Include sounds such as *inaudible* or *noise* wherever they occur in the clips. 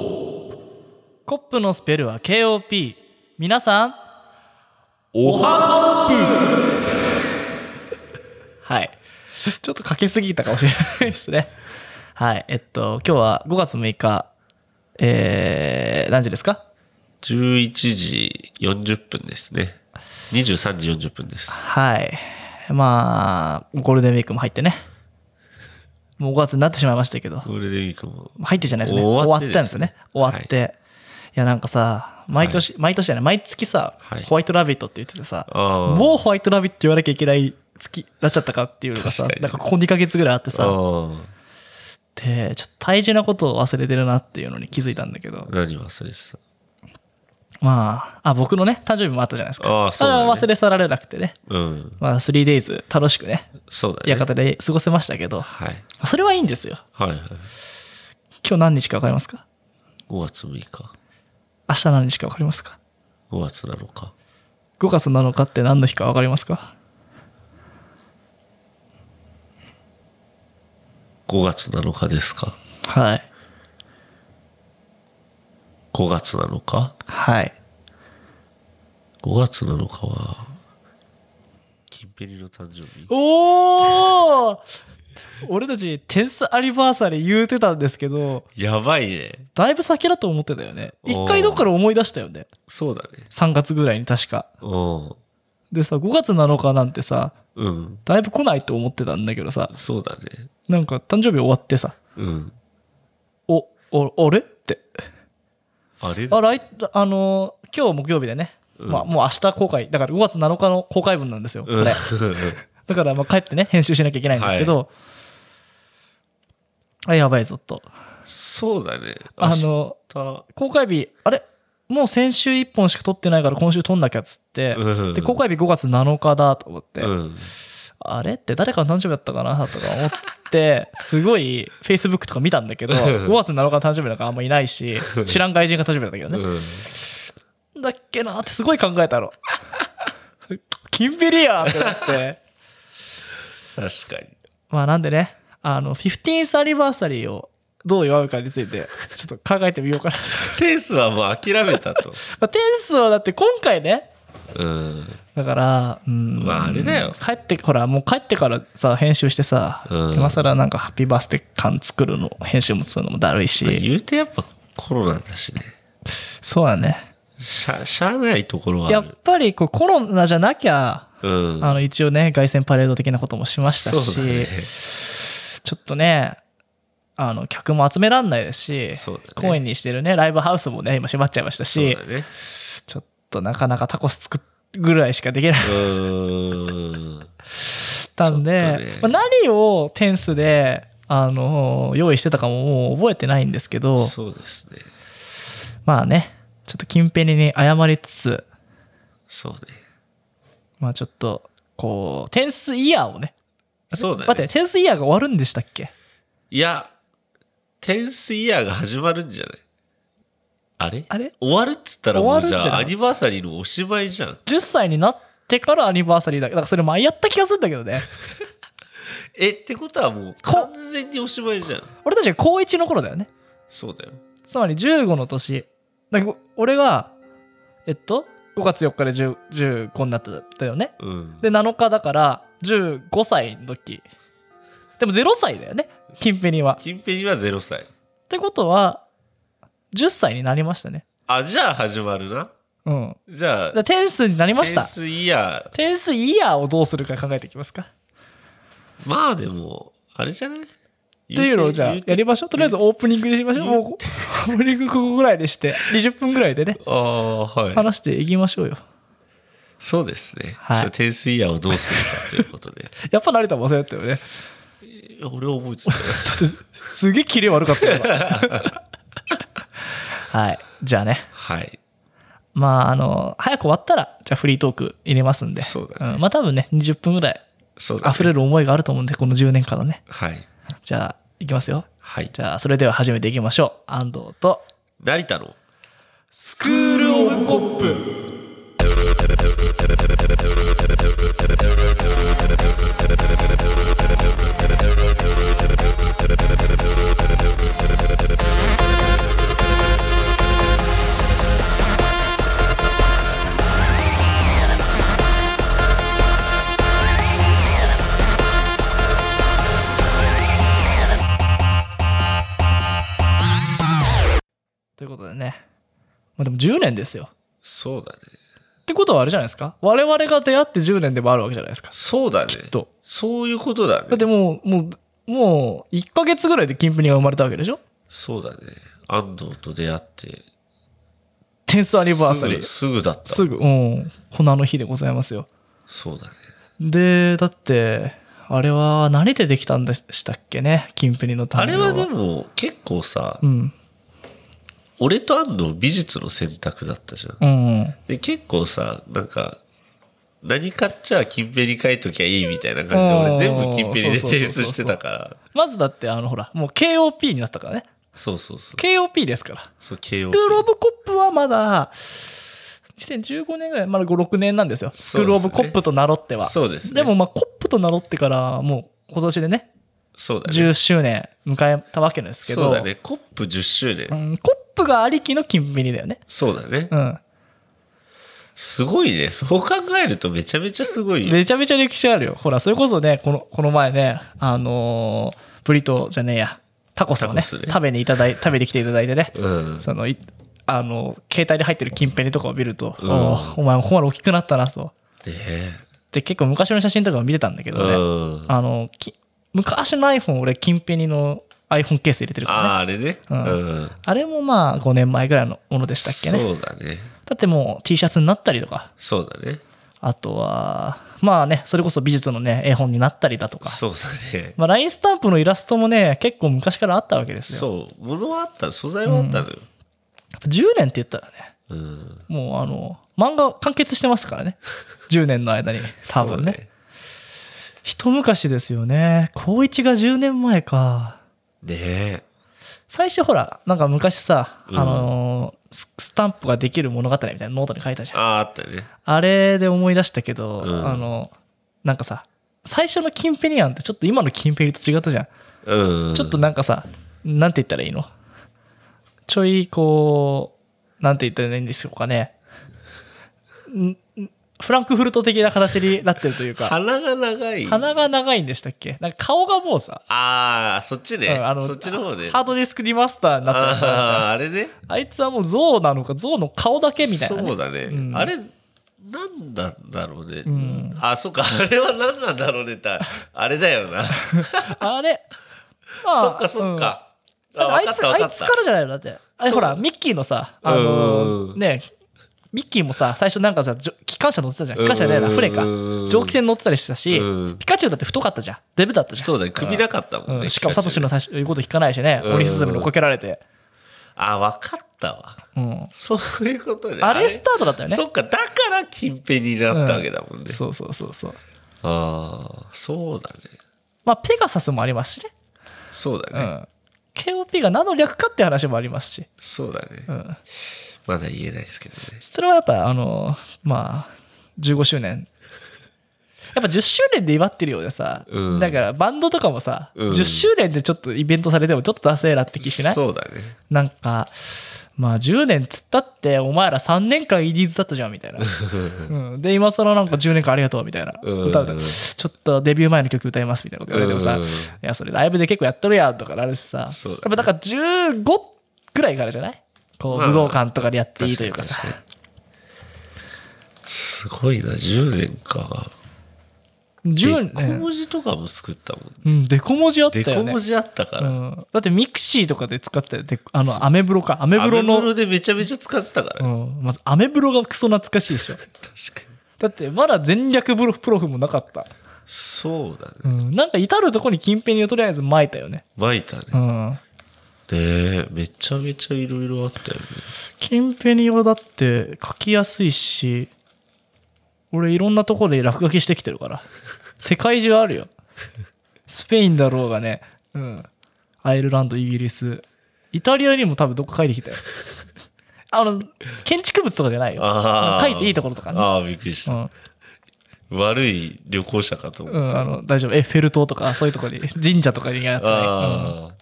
コップのスペルは KOP 皆さんおは *laughs* はいちょっとかけすぎたかもしれないですねはいえっと今日は5月6日えー、何時ですか11時40分ですね。23時40分です。はいまあゴールデンウィークも入ってねもう5月になってしまいましたけどゴールデンウィークも。入ってじゃないですね終終わわってったんですね終わって、い、やなんかさ毎年、毎年じゃない毎月さ、はいホワイトラビットって言っててさあーもうホワイトラビットって言わなきゃいけない月になっちゃったかっていうのがさ確かになんかここ2ヶ月ぐらいあってさあでちょっと大事なことを忘れてるなっていうのに気づいたんだけどあ、何忘れてた。まああ僕のね誕生日もあったじゃないですかあーそうだねれは忘れ去られなくてねうん。まあ 3days 楽しくねそうだね。館で過ごせましたけどはい。それはいいんですよはいはい。今日何日か分かりますか5月6日。明日何日か分かりますか5月7日。 5月7日って何の日か分かりますか5月7日ですか。はい。 5月7日はい。 5月7日は、キンペリの誕生日。*laughs* おお俺たち、テンスアニバーサリー言うてたんですけど、やばいね。だいぶ先だと思ってたよね。おー一回どっから思い出したよね。そうだね。 3月ぐらいに確か。うん。でさ、5月7日なんてさ、うん。だいぶ来ないと思ってたんだけどさ、そうだね。なんか誕生日終わってさ、うん。お、お、あれって。あれあ、来、あのー今日木曜日でね、うんまあもう明日公開、だから5月7日の公開分なんですよ、こうんれ。だからまあ帰ってね、編集しなきゃいけないんですけど、あ、やばいぞと。 *laughs* そうだね。あの、明公開日、あれもう先週1本しか撮ってないから今週撮んなきゃっつって、日、で、公開日5月7日だと思って、うん。あれって誰かの誕生日だったかなとか思って、すごい Facebook とか見たんだけど、5月7日の誕生日なんかあんまいないし、知らん外人が誕生日だったけどね。うんだっけなってすごい考えたの。 *laughs* キンペリアってなって。確かに。まあなんでね、あの、15th アニバーサリーをどう祝うかについて、ちょっと考えてみようかなと。テースはもう諦めたと。まあ、テンスはだって今回ね、うん。だから、うん。まああれだよ帰って、ほら、もう帰ってからさ、編集してさ、うん今更なんかハッピーバースデー感作るの、編集もするのもだるいし、言うてやっぱコロナだしね。そうだね。しゃ、しゃあないところはやあっる。ぱりこうコロナじゃなきゃ、うん。あの、一応ね、凱旋パレード的なこともしましたそうし、だね。ちょっとね、あの、客も集めらんないですし、そうだね公演にしてるね、ライブハウスもね、今閉まっちゃいましたそうし、だね。ちょっとなかなかタコス作るぐらいしかできなかうーん。ったんで、ちょっとねまあ何をテンスで、あの用意してたかももう覚えてないんですけど、そうですね。まあね、ちょっと近辺に謝りつつ、そうね。まあちょっと、こう、テンスイヤーをね、そうだね。待って、テンスイヤーが終わるんでしたっけいや、テンスイヤーが始まるんじゃないあれあれ終わるっつったらもう終じわるんじゃゃあないアニバーサリーのおしまいじゃん。 ?10 歳になってからアニバーサリーだから、それ前やった気がするんだけどね。 *laughs* え、ってことはもう完全におしまいじゃん。俺たちが高1の頃だよね。そうだよ。つまり15の年。だから俺が、えっと、5月4日で10 15になったよね。うん。で、7日だから15歳の時。でも0歳だよね、キンペニは。っキンペニは0歳。てことは、10歳になりましたね。あ、じゃあ始まるな。うん。じゃあ、じゃあ点数になりましテンた。スイヤ点数イヤーをどうするか考えていきますか。ー、まあでも、あれじゃないってっていうのをじゃあやりましょう。とりあえずオープニングにしましょう。言うもうこ、オープニングここぐらいでして、20分ぐらいでね、ああ、はい。話していきましょうよ。そうですね。はいじゃあテンスイヤーをどうするかということ *laughs* で。やっぱ成田も忘れてたよね。いや俺覚えてたよ。すげえキレ悪かったよ *laughs* 今はい。じゃあね。はい。まあ、あの、早く終わったら、じゃあフリートーク入れますんで。そうだねんまあ多分ね、20分ぐらいそうだ、ね。溢れる思いがあると思うんで、この10年間のね。はい。じゃあ、いきますよ。はい。じゃあ、それでは始めていきましょう。安藤と、成田のスクールオブコップ。ことでね。まあでも10年ですよ。そうだね。ってことはあれじゃないですか我々が出会って10年でもあるわけじゃないですか。そうだね。と。そういうことだだっね。てもう、もう、もう1ヶ月ぐらいでキンプリが生まれたわけでしょそうだね。安藤と出会って。テンスアニバーサリー。すぐすぐだった。すぐ、うん。このあの日でございますよ。そうだね。で、だって、あれは何でできたんでしたっけねキンプリの誕生あれはでも結構さ、うん。俺と安藤美術の選択だったじゃん。うんうん。で、結構さ、なんか、何買っちゃキンペリ書いときゃいいみたいな感じで、う俺全ん部キンペリでそうそう提そうそう出してたから。まずだって、あの、ほら、もう KOP になったからね。そうそうそう。 KOP ですから。そう、ス KO クール・オブ・コップはまだ、2015年ぐらい、まだ5、6年なんですよ。スクール・オブ・コップとナロっては。そうですね。でも、、まあ、コップとナロってから、もう今年でね、そうだね。 10周年迎えたわけなんですけど、そうだね。コップ10周年。うん、コップがありきのキンプリだよね。そうだね。うん。すごいね。そう考えるとめちゃめちゃすごいよ。めちゃめちゃ歴史あるよ。ほら、それこそね、このこの前ね、あのーブリトーじゃねえや、タコスをタコね、スね食べにいただい、食べに来ていただいてね、うん。その、いあのー携帯で入ってる金ペニとかを見ると、うんおーお前もここまで大きくなったなねと。え。で、結構昔の写真とかも見てたんだけうどね、ん。ああのき昔の iPhone、俺、金ペニの iPhone ケース入れてるからね。あー、あれね。うんうん。あれもまあ5年前ぐらいのものでしたっけね。そうだね。だってもう T シャツになったりとか、そうだね。あとは、まあね、それこそ美術のね、絵本になったりだとか、そうだね。まあ、ラインスタンプのイラストもね結構昔からあったわけですよそう。物はあった。素材はあったのよ。やっぱ10年って言ったらねうん。もうあの漫画完結してますからね *laughs* 10年の間に多分ねそうだ。一昔ですよね高一が10年前かねえ。最初ほらなんか昔さ、うんあのーススタンプができる物語みたいなノートに書いたじゃんあああ、あったね。れで思い出したけど、うんあのなんかさ最初のキンペニアンってちょっと今のキンペニと違ったじゃんうん。ちょっとなんかさ、なんて言ったらいいのちょいこう、なんて言ったらいいんでしょうかね。んんフランクフルト的な形になってるというか、 *laughs* 鼻が長い。鼻が長いんでしたっけなんか顔がもうさ、ああ、そっちね。うんあのそっちの方ね。ハードディスクリマスターになってるじあゃんあ、あれね。あいつはもう象なのか、象の顔だけみたいな、ね。そうだね。うんあれ、なんなんだろうね。うんあ、そっか。あれはなんなんだろうね。たあれだよな。あれ、まそっかそっか。うんだってあわいかっつたわあかいっつたからじゃないのだって。あそれうほら、ミッキーのさ、あのうーんね、ミッキーもさ、最初なんかさ、じょ機関車乗ってたじゃん。機関車じゃないな、船か。蒸気船乗ってたりしたし、うんピカチュウだって太かったじゃんデブだったじゃんそうだね。首なかったもんうね。んしかもサトシの。最初言うこと聞かないしねうん鬼スズメに追っかけられて、あ、わかったわ。うん、そういうことね。あれスタートだったよねそっか。だから金ペニになったわけだもんね。そうそうそうそうああ、そうだね。まあペガサスもありますしね、そうだうね。ん、KOP が何の略かって話もありますし、そうだね。うん、まだ言えないですけどね。それはやっぱあのまあ15周年やっぱ10周年で祝ってるようでさ、うんだからバンドとかもさ、うん10周年でちょっとイベントされてもちょっとダセーなって気しないそうだね。なんか、まあ10年つったって、お前ら3年間イディーズだったじゃん *laughs* みたいな。うん、で、今更なんか10年間ありがとうみたいな。うん歌うとちょっとデビュー前の曲歌いますみたいなこと言われてもさ、うんいや、それライブで結構やっとるやんとかなるしさ、そうだねやっぱなんか15ぐらいからじゃないこうまあ武道館とかでやっていいというかさ。確に確かにすごいな、10年か。 10でこ年。文字とかも作ったもん。うん、デコ文字あったでよね。こ文字あったかうら。ん、だってミクシーとかで使ってたよであのアメブロかアメアメブブロのロでめちゃめちゃ使ってたから。確うん、まずアメブロがクソ懐かしいでしょかに。だってまだ全略ブロフプロフもなかった、そうだね。うん、なんか至るとこに近辺をとりあえず撒いたよね、まいたね。うん、ねえ、めちゃめちゃいろいろあったよね。近辺はだって書きやすいし俺いろんなとこで落書きしてきてるから世界中あるよスペインだろうがね、うん、アイルランドイギリスイタリアにも多分どっか書いてきたよあの建築物とかじゃないよああ。書いていいところとかねああ、びっくりしうた。ん悪い旅行者かと思っうた。ん、あの大丈夫エッフェル塔とかそういうとこに神社とかにやってない、うあんあ。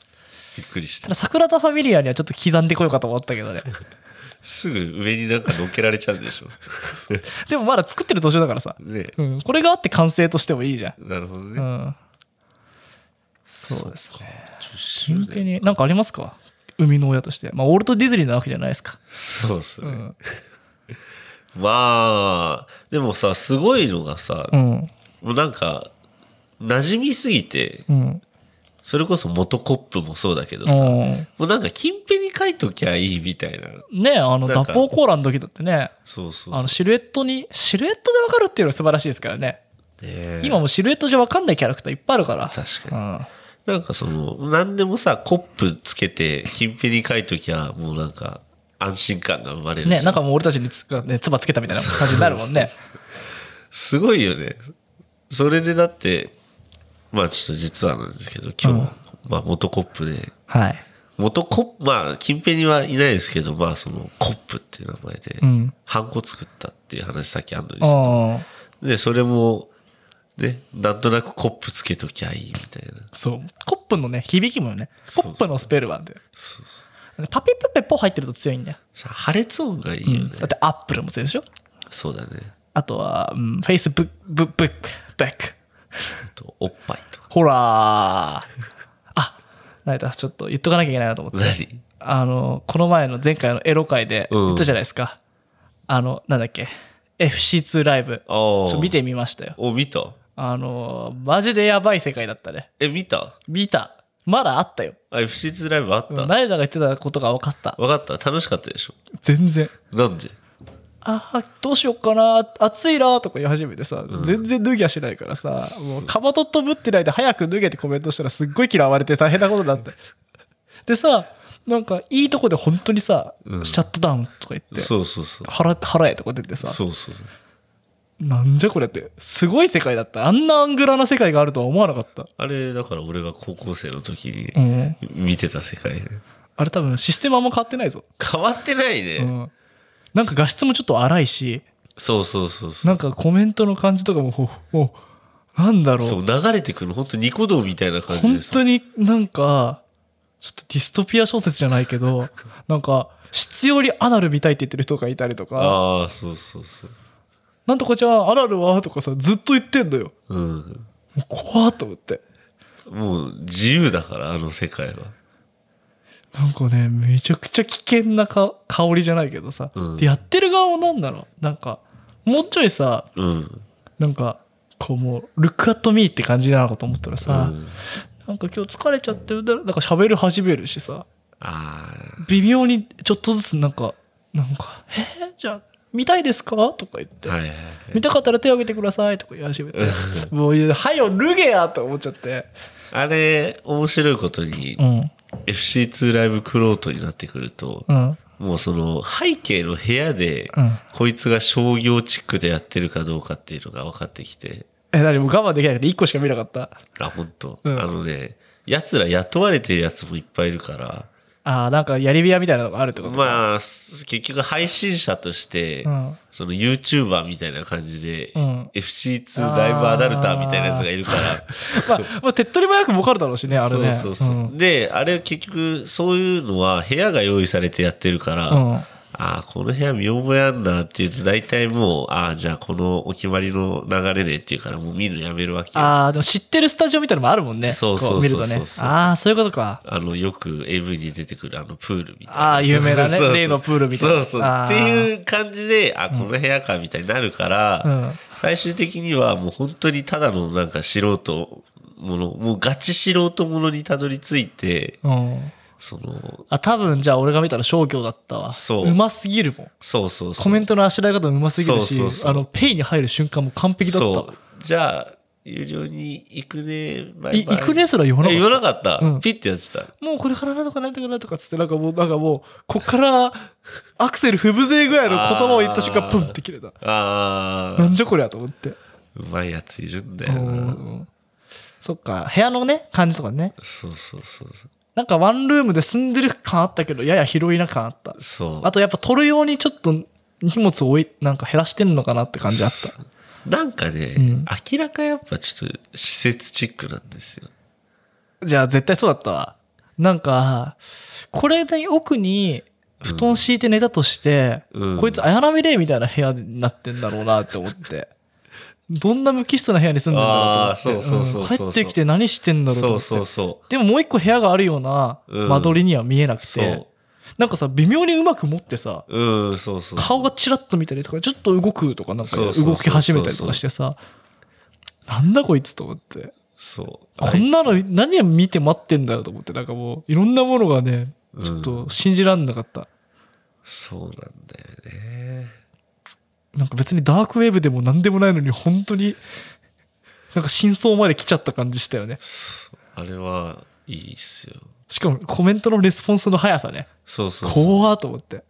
びっくりしたただ。桜田ファミリアにはちょっと刻んでこようかと思ったけどねすぐ上になんか乗っけられちゃうんでし *laughs* ょ。でもまだ作ってる途中だからさ、ねうん、これがあって完成としてもいいじゃん、なるほどね。うん、そうですね10周真年剣に何かありますか生みの親としてまあウォルト・ディズニーなわけじゃないですか、そうっすうね、んまあでもさすごいのがさう、んもうなんか馴染みすぎてうんそれこそ元コップもそうだけどうさ、もんうなんか金ペに書いときゃいいみたいなねえあのなん脱か法コーラの時だってねそうそうあのシルエットにシルエットで分かるっていうのが素晴らしいですからねね今もシルエットじゃ分かんないキャラクターいっぱいあるから確うかんになんかその何でもさコップつけて金ペに書いときゃもうなんか安心感が生まれるじゃね、なんかもう俺たちにつか、ね、唾つけたみたいな感じになるも *laughs* んね。すごいよねそれでだってまあちょっと実はなんですけど今日、まあ元コップではい。元コップまあ近辺にはいないですけどまあそのコップっていう名前で、うん。ハンコ作ったっていう話さっきあんのにさああ。でそれもねなんとなくコップつけときゃいいみたいなそう。コップのね、響きもね、そコうップのスペルはで。そうそうパピプペポ入ってると強いんだよ。さ破裂音がいいうよね、ん、だってアップルも強いでしょそうだねあとは、うん、フェイスブック、ブック、ブック。あとおっぱいとか *laughs* ほらー。あ、なんだ、ちょっと言っとかなきゃいけないなと思って。何あの、この前の前回のエロ会で言ったじゃないですか。あの、なんだっけ。FC2 ライブ。ちあょっあと見てみましたよ。お見たあのーマジでやばい世界だったね。え見た見た。まだあったよ。あ FC2 ライブあった、うん誰だが言ってたことが分かった。分かった楽しかったでしょ全然。なんでああ、どうしようかな。暑いなとか言い始めてさ、うん全然脱ぎはしないからさ、もそううかまとっとぶってないで早く脱げてコメントしたらすっごい嫌われて大変なことに *laughs* なって。でさ、なんかいいとこで本当にさ、うんシャットダウンとか言って、そうそうそう腹腹へとか出てさ、そうそうそうなんじゃこれって、すごい世界だった。あんなアングラな世界があるとは思わなかった。あれだから俺が高校生の時にうん、見てた世界ねあれ多分システムあんま変わってないぞ。変わってないね、うん、なんか画質もちょっと荒いしそうそうそうそうなんかコメントの感じとかもほもうなんだろそうう流れてくる本当ニコ動みたいな感じ本です当になんかちょっとディストピア小説じゃないけ *laughs* どなんか必要にアナル見たいって言ってる人がいたりとかああそうそうそう「なんとかちゃんアナルは?」とかさずっと言ってんのようんもう怖っと思ってもう自由だからあの世界はなんかねめちゃくちゃ危険なか香りじゃないけどさ、うんでやってる側もなんだろうなんかもうちょいさうんなんかこうもう「ルックアットミー」って感じなのかと思ったらさ、うんなんか今日疲れちゃってるだなんか喋る始めるしさああ微妙にちょっとずつなんかなんか「えーじゃあ見たいですか?」とか言って、はいはいはい見たかったら手を挙げてください」とか言い始めてもういや「はよ脱げや!」と思っちゃってあれ面白いことに、ん FC2 ライブクロートになってくると、んもうその背景の部屋で、うんこいつが商業地区でやってるかどうかっていうのが分かってきてえ何もう我慢できなくて1個しか見なかったあ本当、うんあのねやつら雇われてるやつもいっぱいいるからあーなんかやり部屋みたいなのがあるってことかまあす結局配信者として、うんその YouTuber みたいな感じで、うん FC2 ライブアダルターみたいなやつがいるからまあ、まあ手っ取り早く儲かるだろうしねあれねそうそうそう、んであれ結局そういうのは部屋が用意されてやってるから、うんああこの部屋見覚えあんなっていうと大体もうああじゃあこのお決まりの流れねっていうからもう見るのやめるわけよあーでも知ってるスタジオみたいなのもあるもんねそうそうこ見るそとうねそうそうああそういうことかあのよく AV に出てくるあのプールみたいなああ有名なねそうそう例のプールみたいなそうそうあーっていう感じであこの部屋かみたいになるから、うん最終的にはもう本当にただのなんか素人ものもうガチ素人ものにたどり着いてうんそのあ多分じゃあ俺が見たら商業だったわそううますぎるもんそうそうそうコメントのあしらい方もうますぎるしそうそうそうあのペイに入る瞬間も完璧だっそうじゃあ有料に行くねバたいイバイ行くねすら言わなえか言ったわなかった、うんピッてやってたもうこれからなんとかなんとかなんとかっつってなんかもうなんかもうこっからアクセル踏むぜぐらいの言葉を言った瞬間あープンって切れたあなーんじゃこりゃと思ってうまいやついるんだうよなんそっか部屋のね感じとかねそうそうそうそうなんかワンルームで住んでる感あったけどやや広いな感あったそうあとやっぱ取るようにちょっと荷物を置いなんか減らしてんのかなって感じあったなんかね、うん明らかやっぱちょっと施設チックなんですよじゃあ絶対そうだったわ。なんか、これで奥に布団敷いて寝たとして、うん *laughs* こいつ綾波レイみたいな部屋になってんだろうなって思って。どんな無機質な部屋に住んでんだろうと思ってあーそうそうそうそうそうん帰ってきて何してんだろうとそ思うってそうそでももう一個部屋があるようなうん間取りには見えなうくそて、うなんかさ微妙にうまく持ってさうんそうそう顔がチラッと見たりとかちょっと動くとかなんかそうそうそうそう動き始めたりとかしてさなんだこいつと思ってそうこんなの何を見て待ってんだよと思ってなんかもういろんなものがねちょっうんと信じらんなかった、そうなんだよねなんか別にダークウェブでも何でもないのに本当に *laughs* なんか真相まで来ちゃった感じしたよねそうあれはいいっすよしかもコメントのレスポンスの速さねそうそうそう怖ーと思って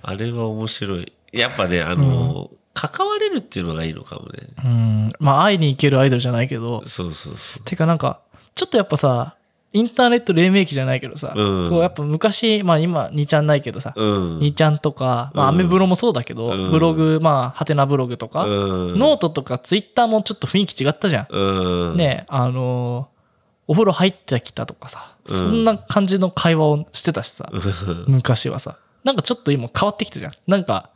あれは面白いやっぱねあの、関われるっていうのがいいのかもねうんまあ会いに行けるアイドルじゃないけどそうそうそうてかなんかちょっとやっぱさインターネット黎明期じゃないけどさ、うんこうやっぱ昔まあ今2ちゃんないけどさ、うん2ちゃんとか、まあ、アメブロもそうだけど、うんブログまあハテナブログとか、うんノートとかツイッターもちょっと雰囲気違ったじゃん、うんねえあのーお風呂入ってきたとかさ、うんそんな感じの会話をしてたしさ、うん昔はさなんかちょっと今変わってきたじゃんなんか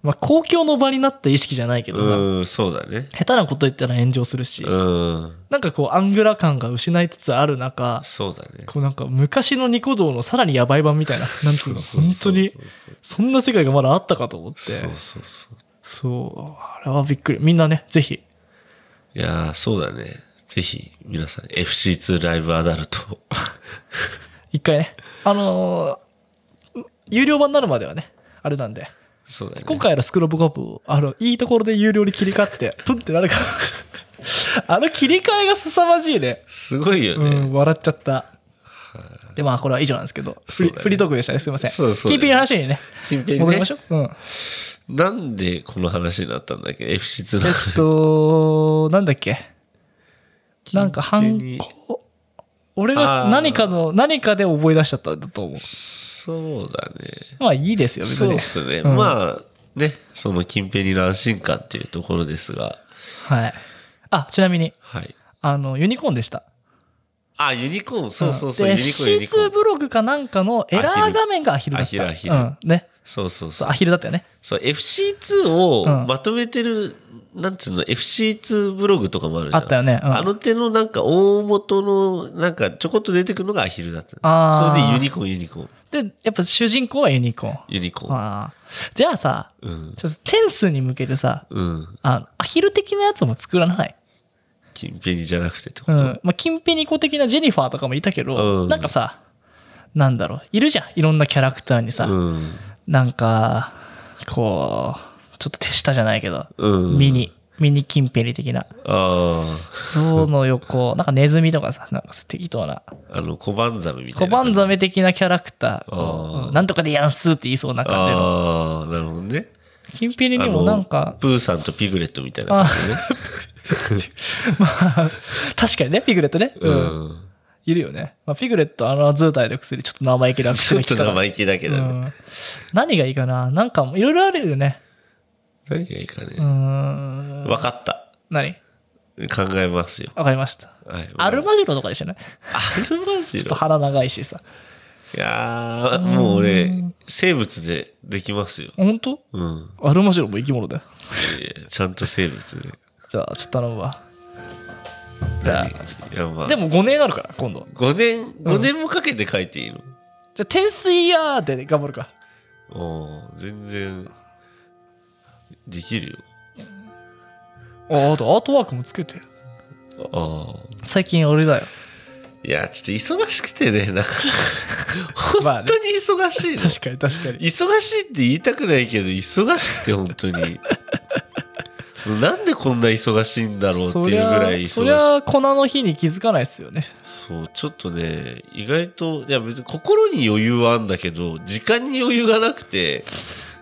まあ公共の場になった意識じゃないけどさ、うんそうだね下手なこと言ったら炎上するし、うんなんかこうアングラ感が失いつつある中そうだねこうなんか昔のニコ動のさらにやばい版み *laughs* たいななんつうのそう本そ当うそうにそんな世界がまだあったかと思ってそうそうそうそうあれはびっくりみんなねぜひいやーそうだねぜひ皆さん FC2 ライブアダルト一回ねあのー有料版になるまではねあれなんでそうだね今回のスクローブカップをあのいいところで有料に切り替わって *laughs* プンってなるから *laughs* あの切り替えが凄まじいねすごいようね、ん笑っちゃったでまあこれは以上なんですけど、フリそうだねフリートークでしたねすいませんそうそうキンピンの話にね近辺ね戻りましょう、うんなんでこの話になったんだっけ FC2 えのっと、なんだっけなんか犯緊急に行俺があー何かの、何かで思い出しちゃったんだと思う。そうだねまあいいですよ、別そうにっ。すね、うんまあねその近辺に乱心感っていうところですがはい。あ、ちなみに、はいあの、ユニコーンでした。あユニコーンそうそうそう、んユでニコーンユニコー FC2 ンブログかなんかのエラー画面がアヒルだった。アヒルアヒルアヒうん。ね。そうそうそそうう、アヒルだったよね。そう FC2 をうんまとめてる、なんつうの FC2 ブログとかもあるじあゃんったよね。うん、あの手のなんか大元のなんかちょこっと出てくるのがアヒルだったあーそれでユニコーンユニコーンで、やっぱ主人公はユニコーン。ユニコーンあーじゃあさ、うんちょっと点数に向けてさ、うんあのアヒル的なやつも作らない。金ペニじゃなくてってこうと、んまあ、キンペニコ的なジェニファーとかもいたけど、うんなんかさなんだろういるじゃんいろんなキャラクターにさ、うんなんかこうちょっと手下じゃないけど、うんミニミニキンペニ的なあ象の横 *laughs* なんかネズミとかさなんかさ適当なああのコバンザメみた小いな判感じザメ的なキャラクターこあうーうんなんとかでやんすって言いそうな感じあのあなるほどねキンペニにもなんあのかプーさんとピグレットみたいな感じね *laughs* まあ確かにねピグレットね、ううんんいるよね、まあ、ピグレットあの図体の薬ちょっと生意気 *laughs* なちょ口っの利きと方生意気だけどうねん何がいいかななんかいろいろあるよね何がいいかうーねん分かった何考えますよわかりましたはいアルマジロとかでしたねアルマジ *laughs* ちょっとロ腹長いしさいやーもう俺生物でできますよ本当うんアルマジロも生き物だよいやちゃんと生物でじゃあちょっと頼むわじゃあ何いやまあ *laughs* でも5年あるから今度5年5年もかけて書いていいの、じゃあ天水イヤーで頑張るかおー全然できるああとアートワークもつけてよああ最近俺だよいやちょっと忙しくてねなかなかまあ本ね当に忙しいの、確かに確かに忙しいって言いたくないけど忙しくて本当 *laughs* になんでこんな忙しいんだろうっていうそぐりらいゃ忙しいそりゃ粉の日に気づかないっすよねそうちょっとね意外といや別に心に余裕はあんだけど時間に余裕がなくて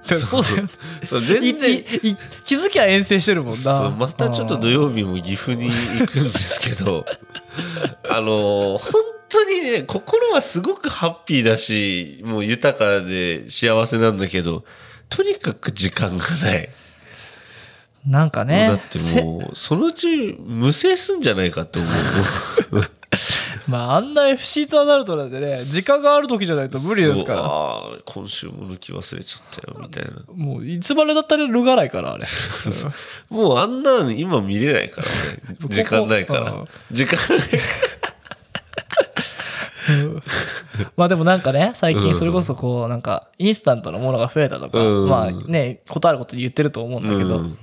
そうだよねそう全然いいい気づきゃ遠征してるもんそなうまたちょっと土曜日も岐阜に行くんですけ *laughs* どあの本当にね心はすごくハッピーだしもう豊かで幸せなんだけどとにかく時間がない、なんかねもうだってもうそのうち無制すんじゃないかと思うまああんな FC ザナルトなんてね時間がある時じゃない *laughs* と無理ですからそうあー今週も抜き忘れちゃったよみたいなもういつまでだったら脱がな *laughs* いからあれもうあんなの今見れないから *laughs* ねここ時間ないかうらん時間ないうん *laughs* まあでもなんかね最近それこそこうなんかインスタントのものが増えたとか、うんまあねことあること言ってると思うんだけど、うん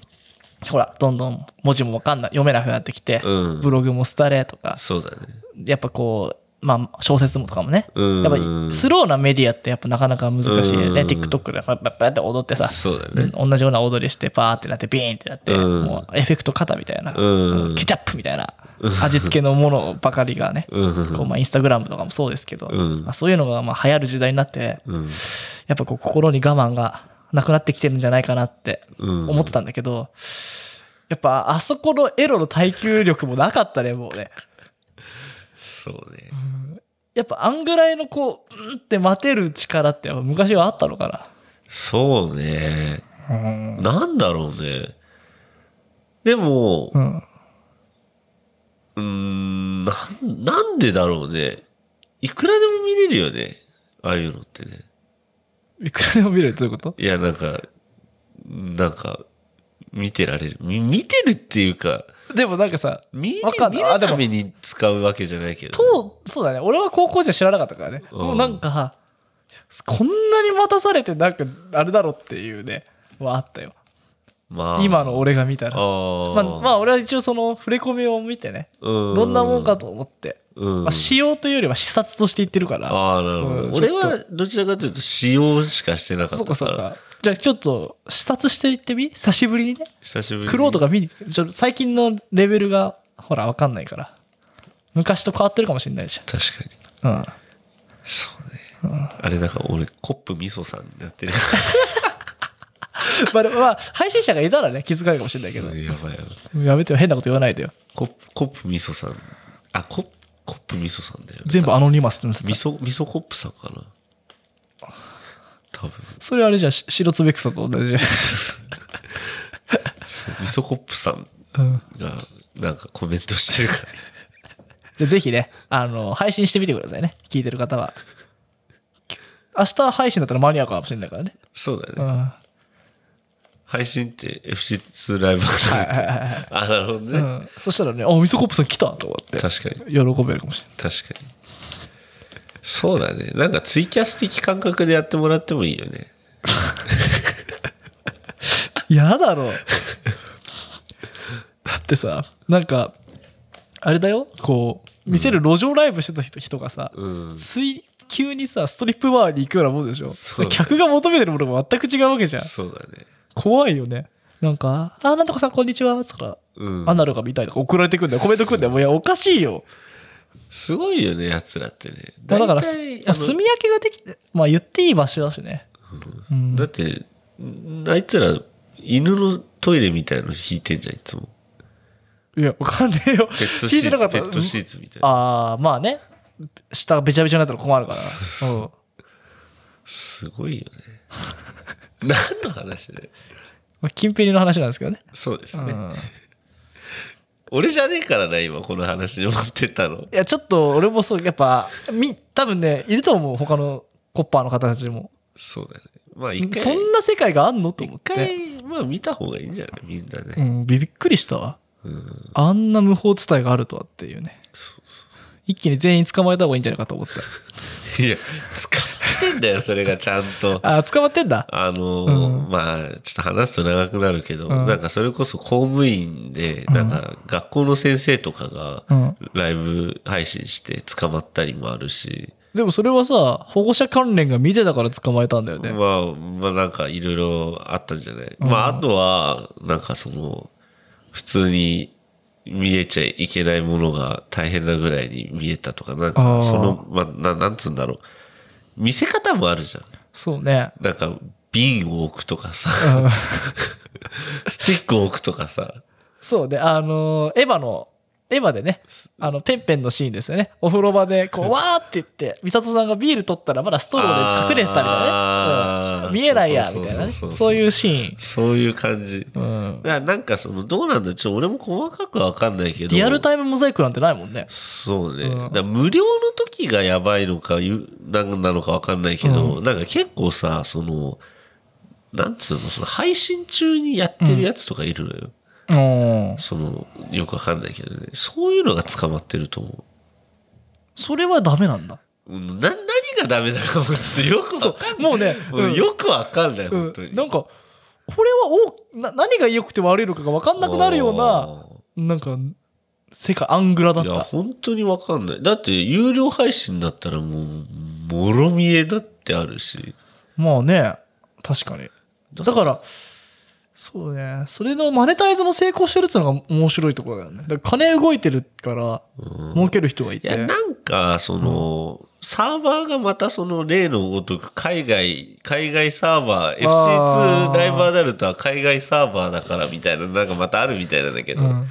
ほらどんどん文字もわかんない読めなくなってきて、うんブログも廃れとかそうだねやっぱこうまあ小説もとかもね、うんやっぱりスローなメディアってやっぱなかなか難しいね、うん TikTok でパッパッパッって踊ってさそうだねうん同じような踊りしてパーってなってビーンってなって、うんもうエフェクト肩みたいな、うんケチャップみたいな味付けのものばかりがね、うんこうまあインスタグラムとかもそうですけど、うんまあ、そういうのがまあ流行る時代になってうんやっぱこう心に我慢がなくなってきてるんじゃないかなってうん思ってたんだけど、やっぱあそこのエロの耐久力もなかったねもうねそうねやっぱあんぐらいのこううんって待てる力ってやっぱ昔はあったのかそうねなうん、なんだろうねでもうーんなんなんでだろうねいくらでも見れるよねああいうのってねいくらでも見れるってどういうこといやなんかなんか見てられるみ見てるっていうかでもなんかさ見わかん見ないあるでもために使うわけじゃないけどね、とそうだね俺は高校時代知らなかったからね、うんもうなんかこんなに待たされてなんかあれだろっていうねはあったよま今の俺が見たあらまあ、まあ俺は一応その触れ込みを見てねどどんなもんか、と思って、うんまあ、仕様というよりは視察として言ってるからああなるほど、うん俺はどちらかというと使用しかしてなかったそうからかそうかじゃあちょっと視察していってみ久しぶりにね久しぶりにクロートが見にちょっと最近のレベルがほら分かんないから昔と変わってるかもしれないじ確かにゃん、うん、そうね、あれだから俺コップみそさんになってる *laughs* まあでもまあ配信者がいたらね気づかないかもしれないけやどばいやばいやめてよ変なこと言わないでよコップコップみそさんあコップコップみそさんだよね全部アノニマスってなってたみそみそコップさんかな多分それあれじゃんし白つべくさと同じじゃないそうみそコップさんうんがなんかコメントしてる *laughs* からじゃあぜひねあの配信してみてくださいね聞いてる方は明日配信だったら間に合うかもしれないからねそうだね、うんは配信って FC2 ライブがいはいはいはいあなるほどね、うん、そしたらね「あみそコップさん来た!」と思って確かに喜べるかもしれない確かにそうだねなんかツイキャス的感覚でやってもらってもいいよね嫌だ *laughs* ろだってさなんかあれだよこう見せる路上ライブしてた人人がさ、うんつい急にさストリップバーに行くようなもんでしょそう客が求めてるものが全く違うわけじゃんそうだね怖いよねなんか「あなんとかさんこんにちは」つからうんアナルが見たいとか送られてくんだよコメントくんだよもういやおかしいよすごいよねやつらってねまあだから大す体まああの炭焼きができてまあ言っていい場所だしねうんだってんあいつら犬のトイレみたいの引いてんじゃんいつもいやわかんねえよペット聞シいてなかーっツペたットシーツみたいなああまあね下がべちゃべちゃになったら困るからうんすごいよね *laughs* 何の話でまあ近辺の話なんですけどねそうですうね、ん俺じゃねえからな今この話に持ってったのいやちょっと俺もそうやっぱみ多分ねいると思う他のコッパーの方たちもそうだねまあ一回そんな世界があんのと思っ一て、回まあ見た方がいいんじゃないみんなうね、ん、びびっくりしたわうん、あんな無法地帯があるとはっていうねそうそ一気に全員捕まえた方がいいんじゃないかと思っういや使ってん *laughs* だよそれがちゃんとたあー捕まってんだ *laughs* あのうんまあちょっと話すと長くなるけど、うんなんかそれこそ公務員でなんか学校の先生とかがうんライブ配信して捕まったりもあるし、でもそれはさ保護者関連が見てたから捕まえたんだよね、まあまあなんかいろいろあったんじゃない、うんまああとはなんかその普通に見えちゃいけないものが大変なぐらいに見えたとかなんあーかそのまあななんつうんだろう見せ方もあるじゃんそうねなんか瓶を置くとかさ、 *laughs* うんスティックを置くとかさそうねあのーエヴァのエヴァでねあのペンペンのシーンですよねお風呂場で *laughs* こうわーって言って美里さんがビール取ったらまだストローで隠れてたりあーだね、うん見えないやそみうたいそなうねそうそうそういうシそういう感じ。ーン、うん、いやなんかそのどうなんだちょっと俺も細かくわかんないけどリアルタイムモザイクなんてないもんねそうね、うんだから無料の時がやばいのかゆなんなのかわかんないけど、うなんか結構さそのなんつうのその配信中にやってるやつとかいるのよ、うんそのよくわかんないけどねそういうのが捕まってると思それはダメなんだううんな何がダメなのかもちょっとよくわかんないもうね、もううんよくわかんない、う本当に、ん、なんかこれはおな何が良くて悪いのかが分かんなくなるようななんか世界アングラだっいやた本当にわかんないだって有料配信だったらもうもろ見えだってあるしまあね確かにだからそうねそれのマネタイズも成功してるっていうのが面白いところだよねだから金動いてるからうん儲ける人がいいて、や、なんか、その、サーバーがまたその例のごとく海外、海外サーバー、あー FC2 ライブアダルトは海外サーバーだからみたいな、なんかまたあるみたいなんだけど、うん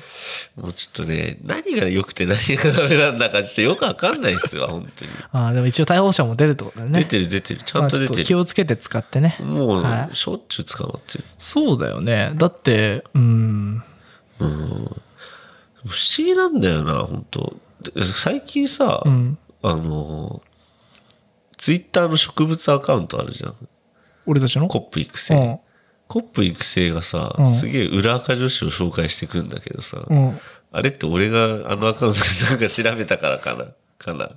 もうちょっとね、何が良くて何がダメなんだかちょっとよくわかんないっすわ、本当に。ああでも一応逮捕者も出るってことだよね出てる出てる、ちゃんとま出あちょって気る。をつけて使ってねもはう、しょっちゅう捕まってる。そうだよねだってうん不思議なんだよな、本当で最近さ、うんあの、ツイッターの植物アカウントあるじゃん。俺たちのコップ育成。うんコップ育成がさ、うんすげえ裏垢女子を紹介してくんだけどさ、うんあれって俺があのアカウントでなんか調べたからかな、かな。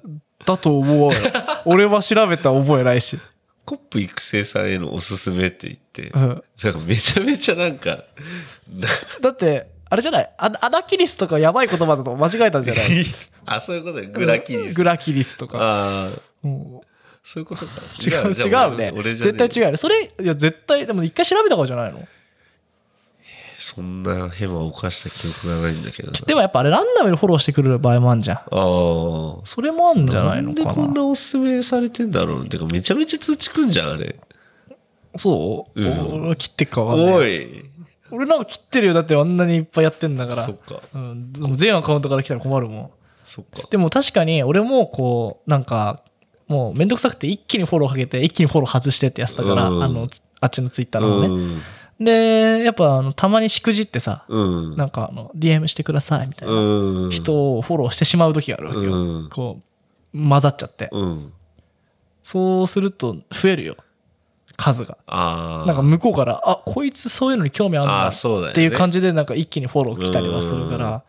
だと思うよ *laughs* 俺は調べた覚えないし、コップ育成さんへのおすすめって言って、うん、なんかめちゃめちゃなんか、なだってあれじゃないアアナキリスとかやばい言葉だと間違えたんじゃないあ、そういうことね、 *laughs* グラキリス。グラキリスとかああ、うんそういうことか。 *laughs* 違うじ違ゃあうね俺俺じゃね絶対違うよそれいや絶対でも一回調べたからじゃないのそんなヘマを犯した記憶がないんだけどな。でもやっぱあれランダムでフォローしてくれる場合もあるじゃんああ。それもあるんじゃないのかんでこなんなおすすめされてんだろうてかめちゃめちゃ通知くんじゃん、あれ。そう、うん俺は切ってっかわかんなおいい。俺なんか切ってるよだってあんなにいっぱいやってんだからそっか。うん、でも全アカウントから来たら困るもんそっか。でも確かに俺もこうなんかもうめんどくさくて一気にフォローかけて一気にフォロー外してってやってたから、うんあのあっちのツイッターの方うね、ん。でやっぱあのたまにしくじってさうん。なんかあの DM してくださいみたいなうん。人をフォローしてしまう時があるわけよ、うんこう混ざっちゃって、うん。そうすると増えるよ数がああ。なんか向こうからあこいつそういうのに興味あるあなあ、そうだよ、ね。っていう感じでなんか一気にフォロー来たりはするから、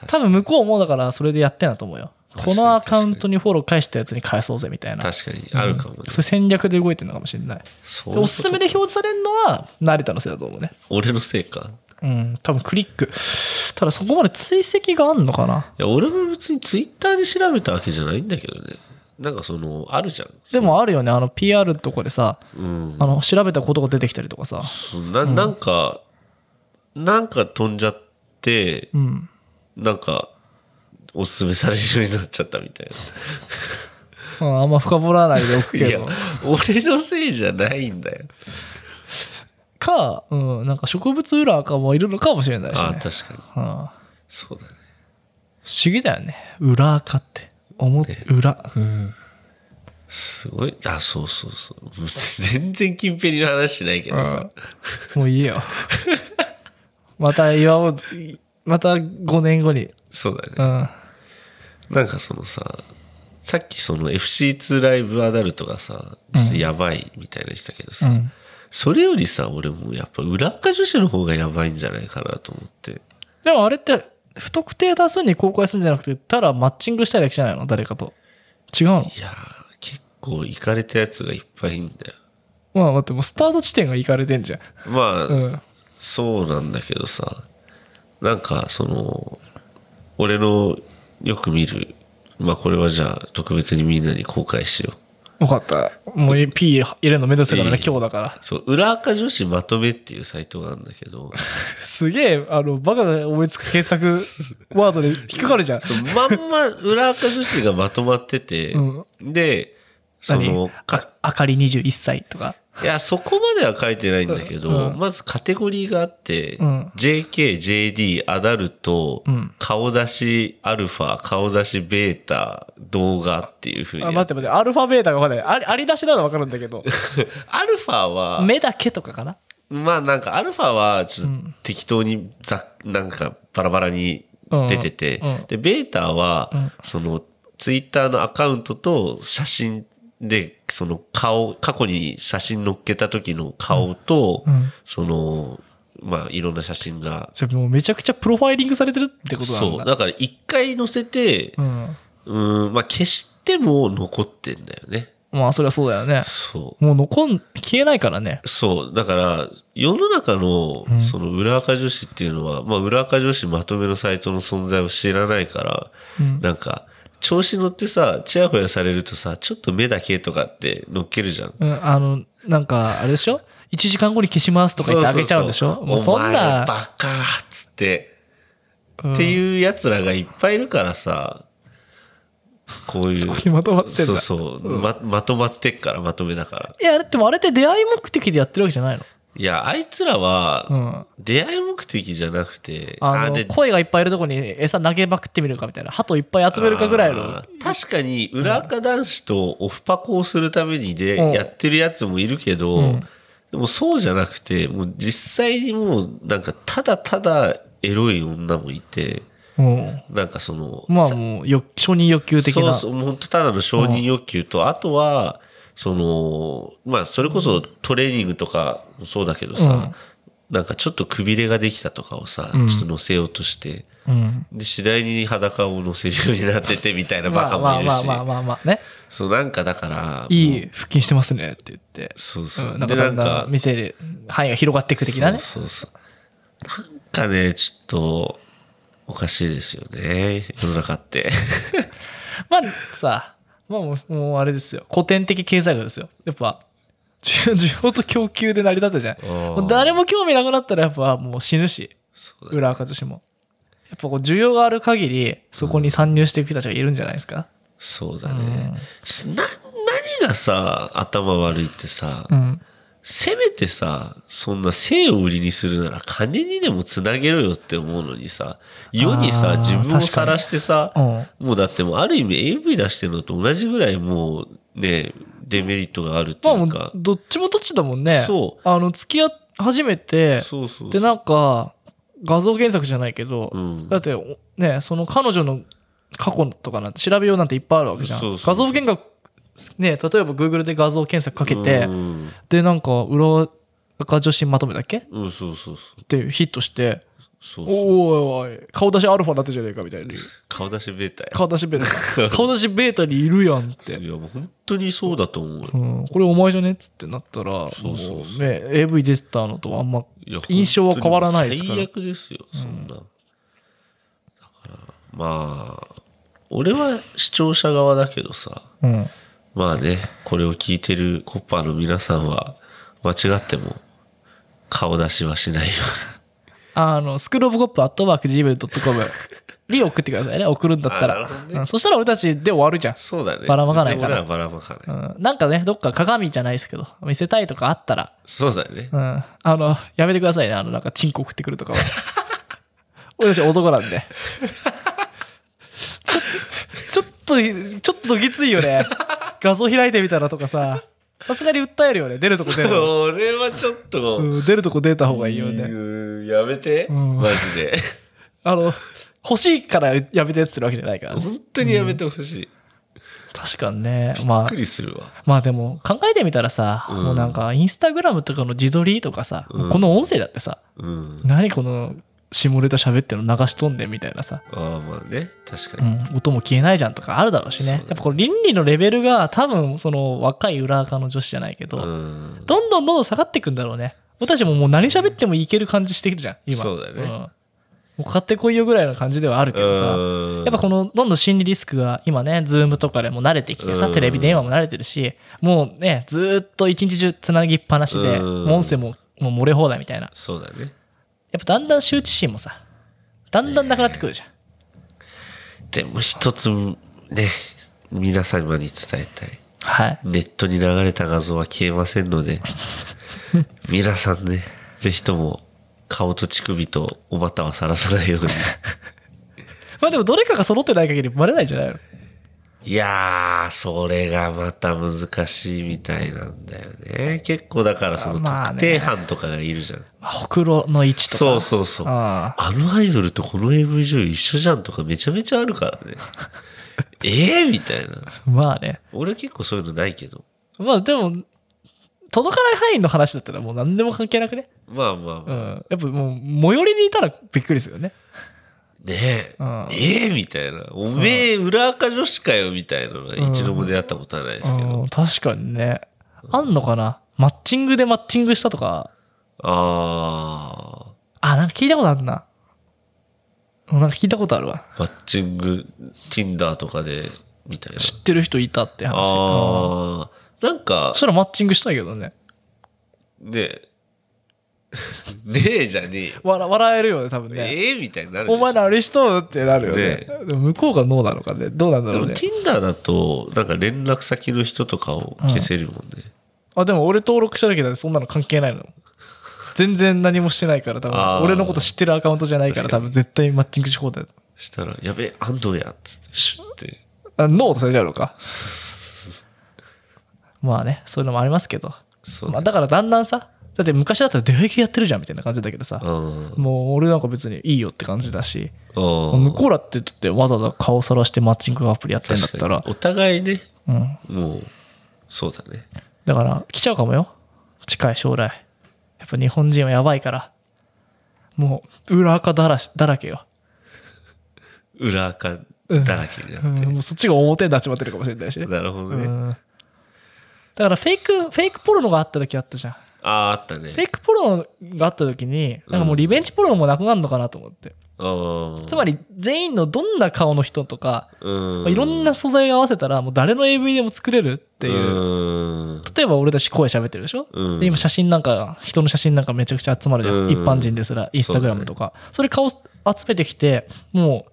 確かに。多分向こうもだからそれでやってんだと思うよ確かこにのアカウントにフォロー返したやつに返そうぜみたいな確かに、あるかもね。うんそういう戦略で動いてるのかもしれないそういうこでとおすすめで表示されるのは成田のせいだと思うね俺のせいか。うん多分クリックただそこまで追跡があんのかないや、俺も別にツイッターで調べたわけじゃないんだけどね。なんかその、あるじゃん。でもあるよねあの PR のとこでさうん。あの調べたことが出てきたりとかさそななんか、なんか飛んじゃって、うんなんか、おすすめされるようになっちゃったみたいな。まああんま深掘らないでお *laughs* くいけやど、俺のせいじゃないんだよ。か、うん、なんか植物裏かもいるのかもしれないし、ああ、ね確かに。うん、不思そうだね。議だよね裏垢って思って裏、うん、すごい。あ、そうそうそう。全然近辺の話しないけどさ。もうい *laughs* いよまた祝おうまた5年後にそうだうね。んなんかそのさ、さっきその FC2 ライブアダルトがさ、ちょっとやばいみたいな言ってたけどさ、うんそれよりさ、俺もうやっぱ裏垢女子の方がやばいんじゃないかなと思って。でもあれって不特定多数に公開するんじゃなくてただマッチングしたいだけじゃないの誰かと違うのいやー、結構イかれたやつがいっぱいいんだよ。まあ待ってもうスタート地点がいかれてんじゃんまあ、うんそうなんだけどさ、なんかその、俺のよく見る、まあこれはじゃあ特別にみんなに公開しよう。分かったもう P 入れるのめんどくさいからねいい今日だからそう、裏垢女子まとめっていうサイトがあるんだけど、すげえあのバカが思いつく検索ワードで引っかかるじゃんそうまんま裏垢女子がまとまってて、うで、その、何かあかり21歳とかいや、そこまでは書いてないんだけど、うんまずカテゴリーがあって、うん JK、JD、アダルト、うん顔出しアルファ、顔出しベータ、動画っていうふうに。あ待って待ってアルファベータが分かんないありあり出しなら分かるんだけど *laughs* アルファは、目だけとかかなまあなんかアルファはちょっと適当にざ、なんかバラバラに出てて、うんうんでベータは、うんそのツイッターのアカウントと写真でその顔過去に写真載っけた時の顔と、うんそのまあいろんな写真がそれもうめちゃくちゃプロファイリングされてるってことなんそだうだから一回載せてうんうんまあ消しても残ってんだよねまあそれはそうだよねそうもう残ん消えないからねそう。だから、世の中うんの、その、裏垢女子っていうのは、まあ、裏垢女子まとめのサイトの存在を知らないから、うんなんか、調子乗ってさ、チヤホヤされるとさ、ちょっと目だけとかって乗っけるじゃん。うん、あの、なんか、あれでしょ ?1 時間後に消しますとか言ってあげちゃうんでしょもうそんお前な、バカーっつって、うんっていう奴らがいっぱいいるからさ、こういうそこ。にまとまってんだ。そうそう、うんま、まとまってっから、まとめだから。いや、でもあれって出会い目的でやってるわけじゃないの。いや、あいつらは、うん。出会い目的じゃなくて、あーの、で声がいっぱいいるとこに餌投げまくってみるかみたいな。鳩いっぱい集めるかぐらいのあ。ー確かに裏垢男子とオフパコをするためにでうんやってるやつもいるけど、うんでもそうじゃなくてもう実際にもうなんかただただエロい女もいてうん。なんかその、まあさもう、よ承認欲求的そうな。そうもう本当ただの承認欲求と、あとはそのまあそれこそトレーニングとかもそうだけどさ、なんかちょっとくびれができたとかをさ、うんちょっと乗せようとして。うん。で次第に裸を乗せるようになっててみたいなバまカあもまいあるまあしまあまあまあね。そう、なんかだから、いもうい腹筋してますねって言って。そうそう。うん、なんで、かなだんんかだん、店で範囲が広がっていく的なね。そうそうそう。なんかね、ちょっと、おかしいですよね。世の中って。 *laughs* まあさ、まあもうもうあれですよ。古典的経済学ですよ。やっぱ、 *laughs* 需需要と供給で成り立ったじゃん。もう誰も興味なくなったらやっぱもう死ぬし、そうだ裏垢としても。やっぱこう需要がある限り、そこに参入していく人たちがいるんじゃないですか。そうだね、すな。何がさ、頭悪いってさ、うん。せめてさ、そんな性を売りにするなら金にでもつなげろよって思うのにさ、世にあさ、ー自分を確かに晒してさ、うん。もうだってもうある意味 AV 出してるのと同じぐらいもうね、デメリットがあるってまあいもううか。どっちもどっちだもんね。。そうあの、付き合い始めて、そうそうそう。でなんか、画像検索じゃないけど、うんだっておねその彼女の過去とかなんて調べようなんていっぱいあるわけじゃんそうそうそう画像検索ね例えば Google で画像検索かけて、うん、でなんか裏赤女子まとめだっけっうん、そうそうそう。てヒットしてそうおそういおいおい顔出しアルファだってじゃねえかみたいな顔出しベータや。顔出しベ *laughs* ータ顔出しベータにいるやんって、いや、もう本当にそうだと思うよ。うん、これお前じゃねっつってなったらそうそうそうもね AV 出てたのとはあんまいや *laughs* 印象は変わらないですか本ら当に最悪ですよ、そんな。だから、まあ、俺は視聴者側だけどさ、うんまあね、これを聞いてるコッパーの皆さんは、間違っても顔出しはしないよ *laughs* あの、スクールオブコップアットワー *laughs* ク Gmail.com に送ってくださいね。送るんだったあならるほど。ねうんそしたら俺たちで終わるじゃんな。。そうだね。ばらまかないから別 *laughs* に俺らばらまかない。うん、なんかね、どっか鏡じゃないですけど、見せたいとかあったら、そうだね。うん、あの、やめてくださいね。あの、なんか、チンコ送ってくると *laughs* かは。俺たち男なんで。ちょちょっと、ちょっとどぎついよね。画像開いてみたらとかさ、さすがに訴えるよね。出るとこ出る。 *laughs* 俺はちょっと、うん、出るとこ出た方がいいよね。ね。やめて、うんマジ *laughs* で。あの、欲しいからやめてってするわけじゃないからね。本当にやめてほしい。確かにね。びまっあく、りするわ。まあでも考えてみたらさ、うんもうなんかインスタグラムとかの自撮りとかさ、うんこの音声だってさ、うん。何この下ネタ喋ってるの流しとんねんみたいなさ、ああ、まあね、確かうに。ん、音も消えないじゃんとかあるだろうしねそうだねやっぱこの倫理のレベルが多分その若い裏垢の女子じゃないけど、うん。どんどんどんどん下がっていくんだろうね俺たちももう何喋ってもいける感じしてるじゃん今そうだねんもう買ってこいよぐらいの感じではあるけどさ、うんやっぱこのどんどん心理リスクが今ね、ズームとかでも慣れてきてさ、うんテレビ電話も慣れてるし、もうね、ずーっと一日中つなぎっぱなしで、うんもう音声ももう漏れ放題みたいな。そうだね。やっぱだんだん羞恥心もさ、だんだんなくなってくるじゃん。でも一つ、ね、皆様に伝えたい。はい。ネットに流れた画像は消えませんの *laughs* で、皆さんね、ぜひとも顔と乳首とお股はさらさないように。まあでもどれかが揃ってない限りバレないんじゃないのいやー、それがまた難しいみたいなんだよね。結構だからそのまあ特ね定班とかがいるじゃん。まあほくろの位置とか。そうそうそう。ああのアイドルとこの AV 女優一緒じゃんとかめちゃめちゃあるから *laughs* ね。ええみたいな。あまあね。俺結構そういうのないけど。まあでも、届かない範囲の話だったらもう何でも関係なくね。まあまあまうあ。ん。やっぱもう、最寄りにいたらびっくりするよね。ねえ。うんええみたいな。おめえ、裏垢女子かよみたいなのは一度も出会ったことはないですけど。うん確かにね。あんのかなマッチングでマッチングしたとか。ああ、なんか聞いたことあるな。うんなんか聞いたことあるわ。ー、マッチング、Tinder とかで、みたいな。知ってる人いたって話。うんああ、なんかそ、したらマッチングしたいけどね。ねえ。 *laughs* ねえじゃねえよ。笑笑えるよね、多分ね。ええみたいになるでしょお前らあれしとってなるよね。ねでも向こうがノーなのかね。どうなんだでろもうね。 Tinder だと、なんか連絡先の人とかを消せるもんね。あ、でも俺登録した時だってそんなの関係ないの。全然何もしてないから多あー分。俺のこと知ってるアカウントじゃないから確か多に分絶対マッチングし放題。したら、やべえ、安藤やっつって、シュッて。あノーとされちゃうのか。まあね、そういうのもありますけど。そうまあ、だ。だからだんだんさ、だって昔だったら出会い系やってるじゃんみたいな感じだけどさ。うん。うんもう俺なんか別にいいよって感じだし。向こうらってだってわざわざ顔さらしてマッチングアプリやってんだっ確たからに。。お互いね、うん。もう、そうだね。だから来ちゃうかもよ近い将来やっぱ日本人はやばいからもう裏垢だらしだらけよ、裏垢うんだらけになうんって。もうそっちが表になっちまってるかもしれないしねなるほどうね。ん、だからフェイクフェイクポルノがあった時あったじゃんああ、あったねフェ。イクポルノがあった時になんかもうリベンジポルノもなくなるのかなと思って、つつまり全員のどんな顔の人とか、り、うんまあいろんな素材を合わせたらもう誰の AV でも作れるっていう、うん例えば俺たち声喋ってるでしょ、うんで今写真なんか人の写真なんかめちゃくちゃ集まるじゃん、うん一般人ですらインスタグラムとかそ,、れ顔集めてきても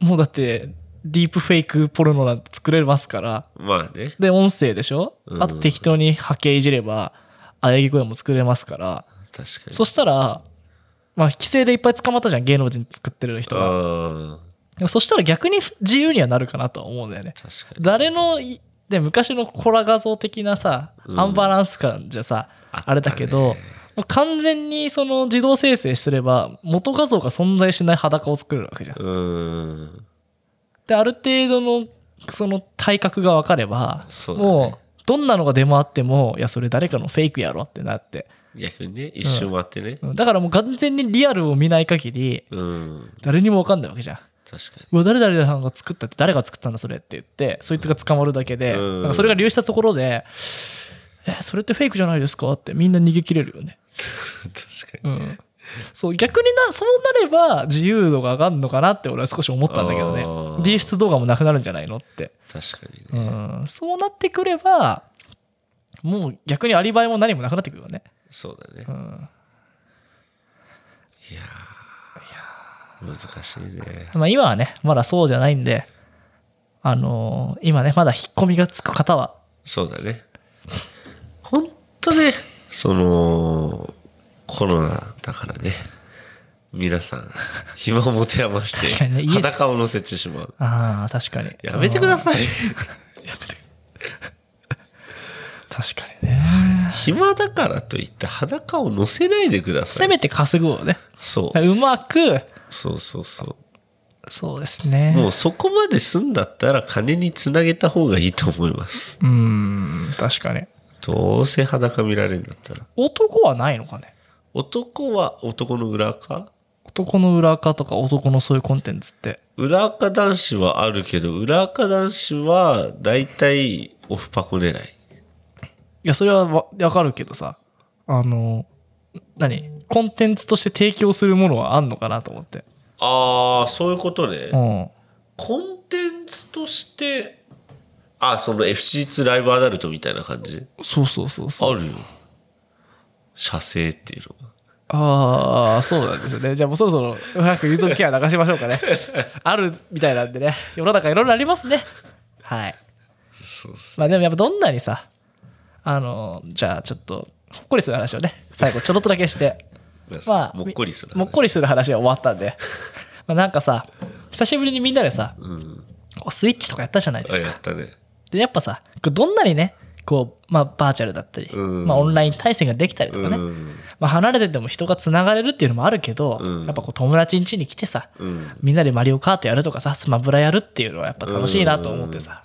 うもうだってディープフェイクポルノなんて作れますからまあね。で音声でしょ、うんあと適当に波形いじればあやぎ声も作れますから確かに。そしたらまあ規制でいっぱい捕まったじゃん芸能人作ってる人があでもそしたら逆に自由にはなるかなとは思うんだよねあ、確かに。誰のいで昔のホラ画像的なさうんアンバランス感じゃさ、あったねあれだけど、もう完全にその自動生成すれば元画像が存在しない裸を作れるわけじゃん。うん。である程度のその体格が分かればそうだねもうどんなのが出回ってもいやそれ誰かのフェイクやろってなって逆にね、一周回ってね。うんだからもう完全にリアルを見ない限りうん。誰にも分かんないわけじゃん。確かに。うわ誰々さんが作ったって誰が作ったんだそれって言ってそいつが捕まるだけで、うんなんかそれが流出したところで「えそれってフェイクじゃないですか?」ってみんな逃げ切れるよね。 *laughs* 確かうに。ん、そう逆になそうなれば自由度が上がるのかなって俺は少し思ったんだけどあねー流出動画もなくなるんじゃないのって、確かにうね。ん、そうなってくればもう逆にアリバイも何もなくなってくるよね、そうだねう。んいやー難しいね。まあ、今はねまだそうじゃないんであのー今ねまだ引っ込みがつく方はそうだね。ほんとね、その、コロナだからね。皆さ *laughs* ん、暇を持て余し確かにねて、家で裸を乗せてしまう。ああ確かにやめてください。確かにね暇だからといって裸を乗せないでくださせい。めて稼ぐをねそう。うまくそうそうそそうですう。ねもうそこまで済んだったら金につなげた方がいいと思います。うん確かにどうせ裸見られるんだったら。男はないのかね男は男の裏垢男の裏垢とか男のそういうコンテンツって裏垢男子はあるけど、裏垢男子は大体オフパコ狙い。いやそれはわわかるけどさあの何コンテンツとして提供するものはあんのかなと思ってああ、そういうことねうんコンテンツとして、あ、その FC2 ライブアダルトみたいな感じそうそうそうそうあるよ。射精っていうのが。ああそうなんですよねじゃあもうそろそろ早く誘導ケア *laughs* 流しましょうかねあるみたいなんでね世の中いろいろありますねはいそうっすまあでもやっぱどんなにさあのじゃあちょっとほっこりする話をね最後ちょろっとだ *laughs* けしてまあもっこりする話もっこりする話が終わったんでまあなんかさ久しぶりにみんなでさうんこうスイッチとかやったじゃないであすやっかたねでやっぱさこうどんなにねこうまあバーチャルだったり、うんまあ、オンライン対戦ができたりとうかね、んまあ、離れてても人がつながれるっていうのもあるけど、うんやっぱこう友達ん家に来てさうんみんなでマリオカートやるとかさスマブラやるっていうのはやっぱ楽しいなと思ってさ、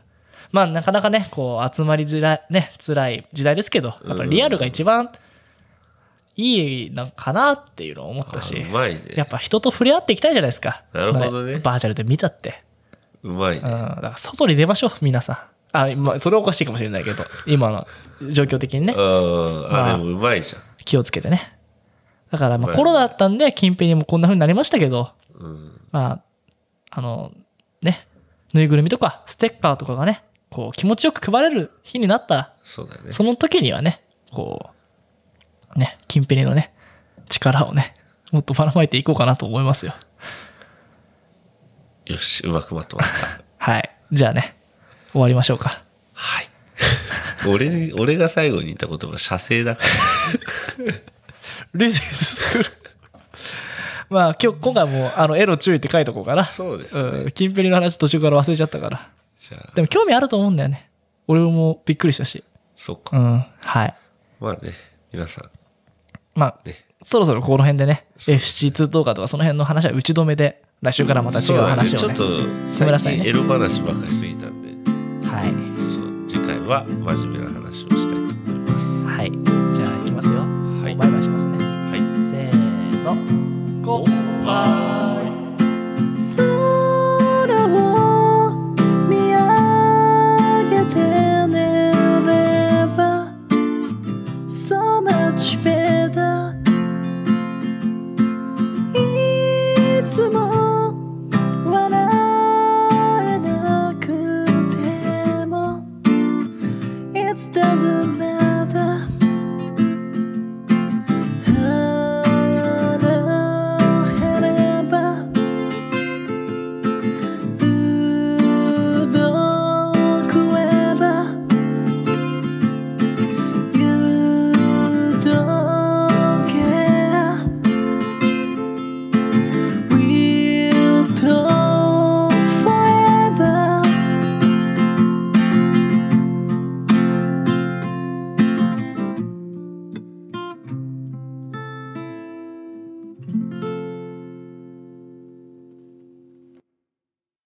まあなかなかねこう集まりづらいね辛い時代ですけどやっぱりリアルが一番いいのかなっていうのを思ったし、あうまいねやっぱ人と触れ合っていきたいじゃないですかなるほどねまあバーチャルで見たって、うまいうん、だねから外に出ましょう皆さんあ、まあ、それはおかしいかもしれないけど今の状況的にねうんまああでもうまいじゃん気をつけてねだからままああコロナだったんで近辺にもこんな風になりましたけどうんまああのねぬいぐるみとかステッカーとかがねこう気持ちよく配れる日になったそうだねその時にはねこうね近辺のね力をねもっとばらまいていこうかなと思いますよよしうまくまとまった *laughs* はいじゃあね終わりましょうかはい俺に俺が最後に言った言葉は射精だから *laughs* ルイススクール *laughs* まあ今日今回もあのエロ注意って書いとこうかなそうですねん、キンペリの話途中から忘れちゃったからじゃあでも興味あると思うんだよね。俺もびっくりしたし。そっうかん。はい。まあね皆さんまあ、ねそろそろこの辺でね、そう FC2 動画とかその辺の話は打ち止めで、来週からまた違う話そをだね。ちごめんょなっとさ最い近ねエロ話ばっかりすぎたんではい。そう次回は真面目な話をしたいと思いますはい。じゃあ、行きますよ。はいバイバイしますね。はいせーの。こんばんは。空を見上げて寝れば So much better いつも笑えなくても It doesn't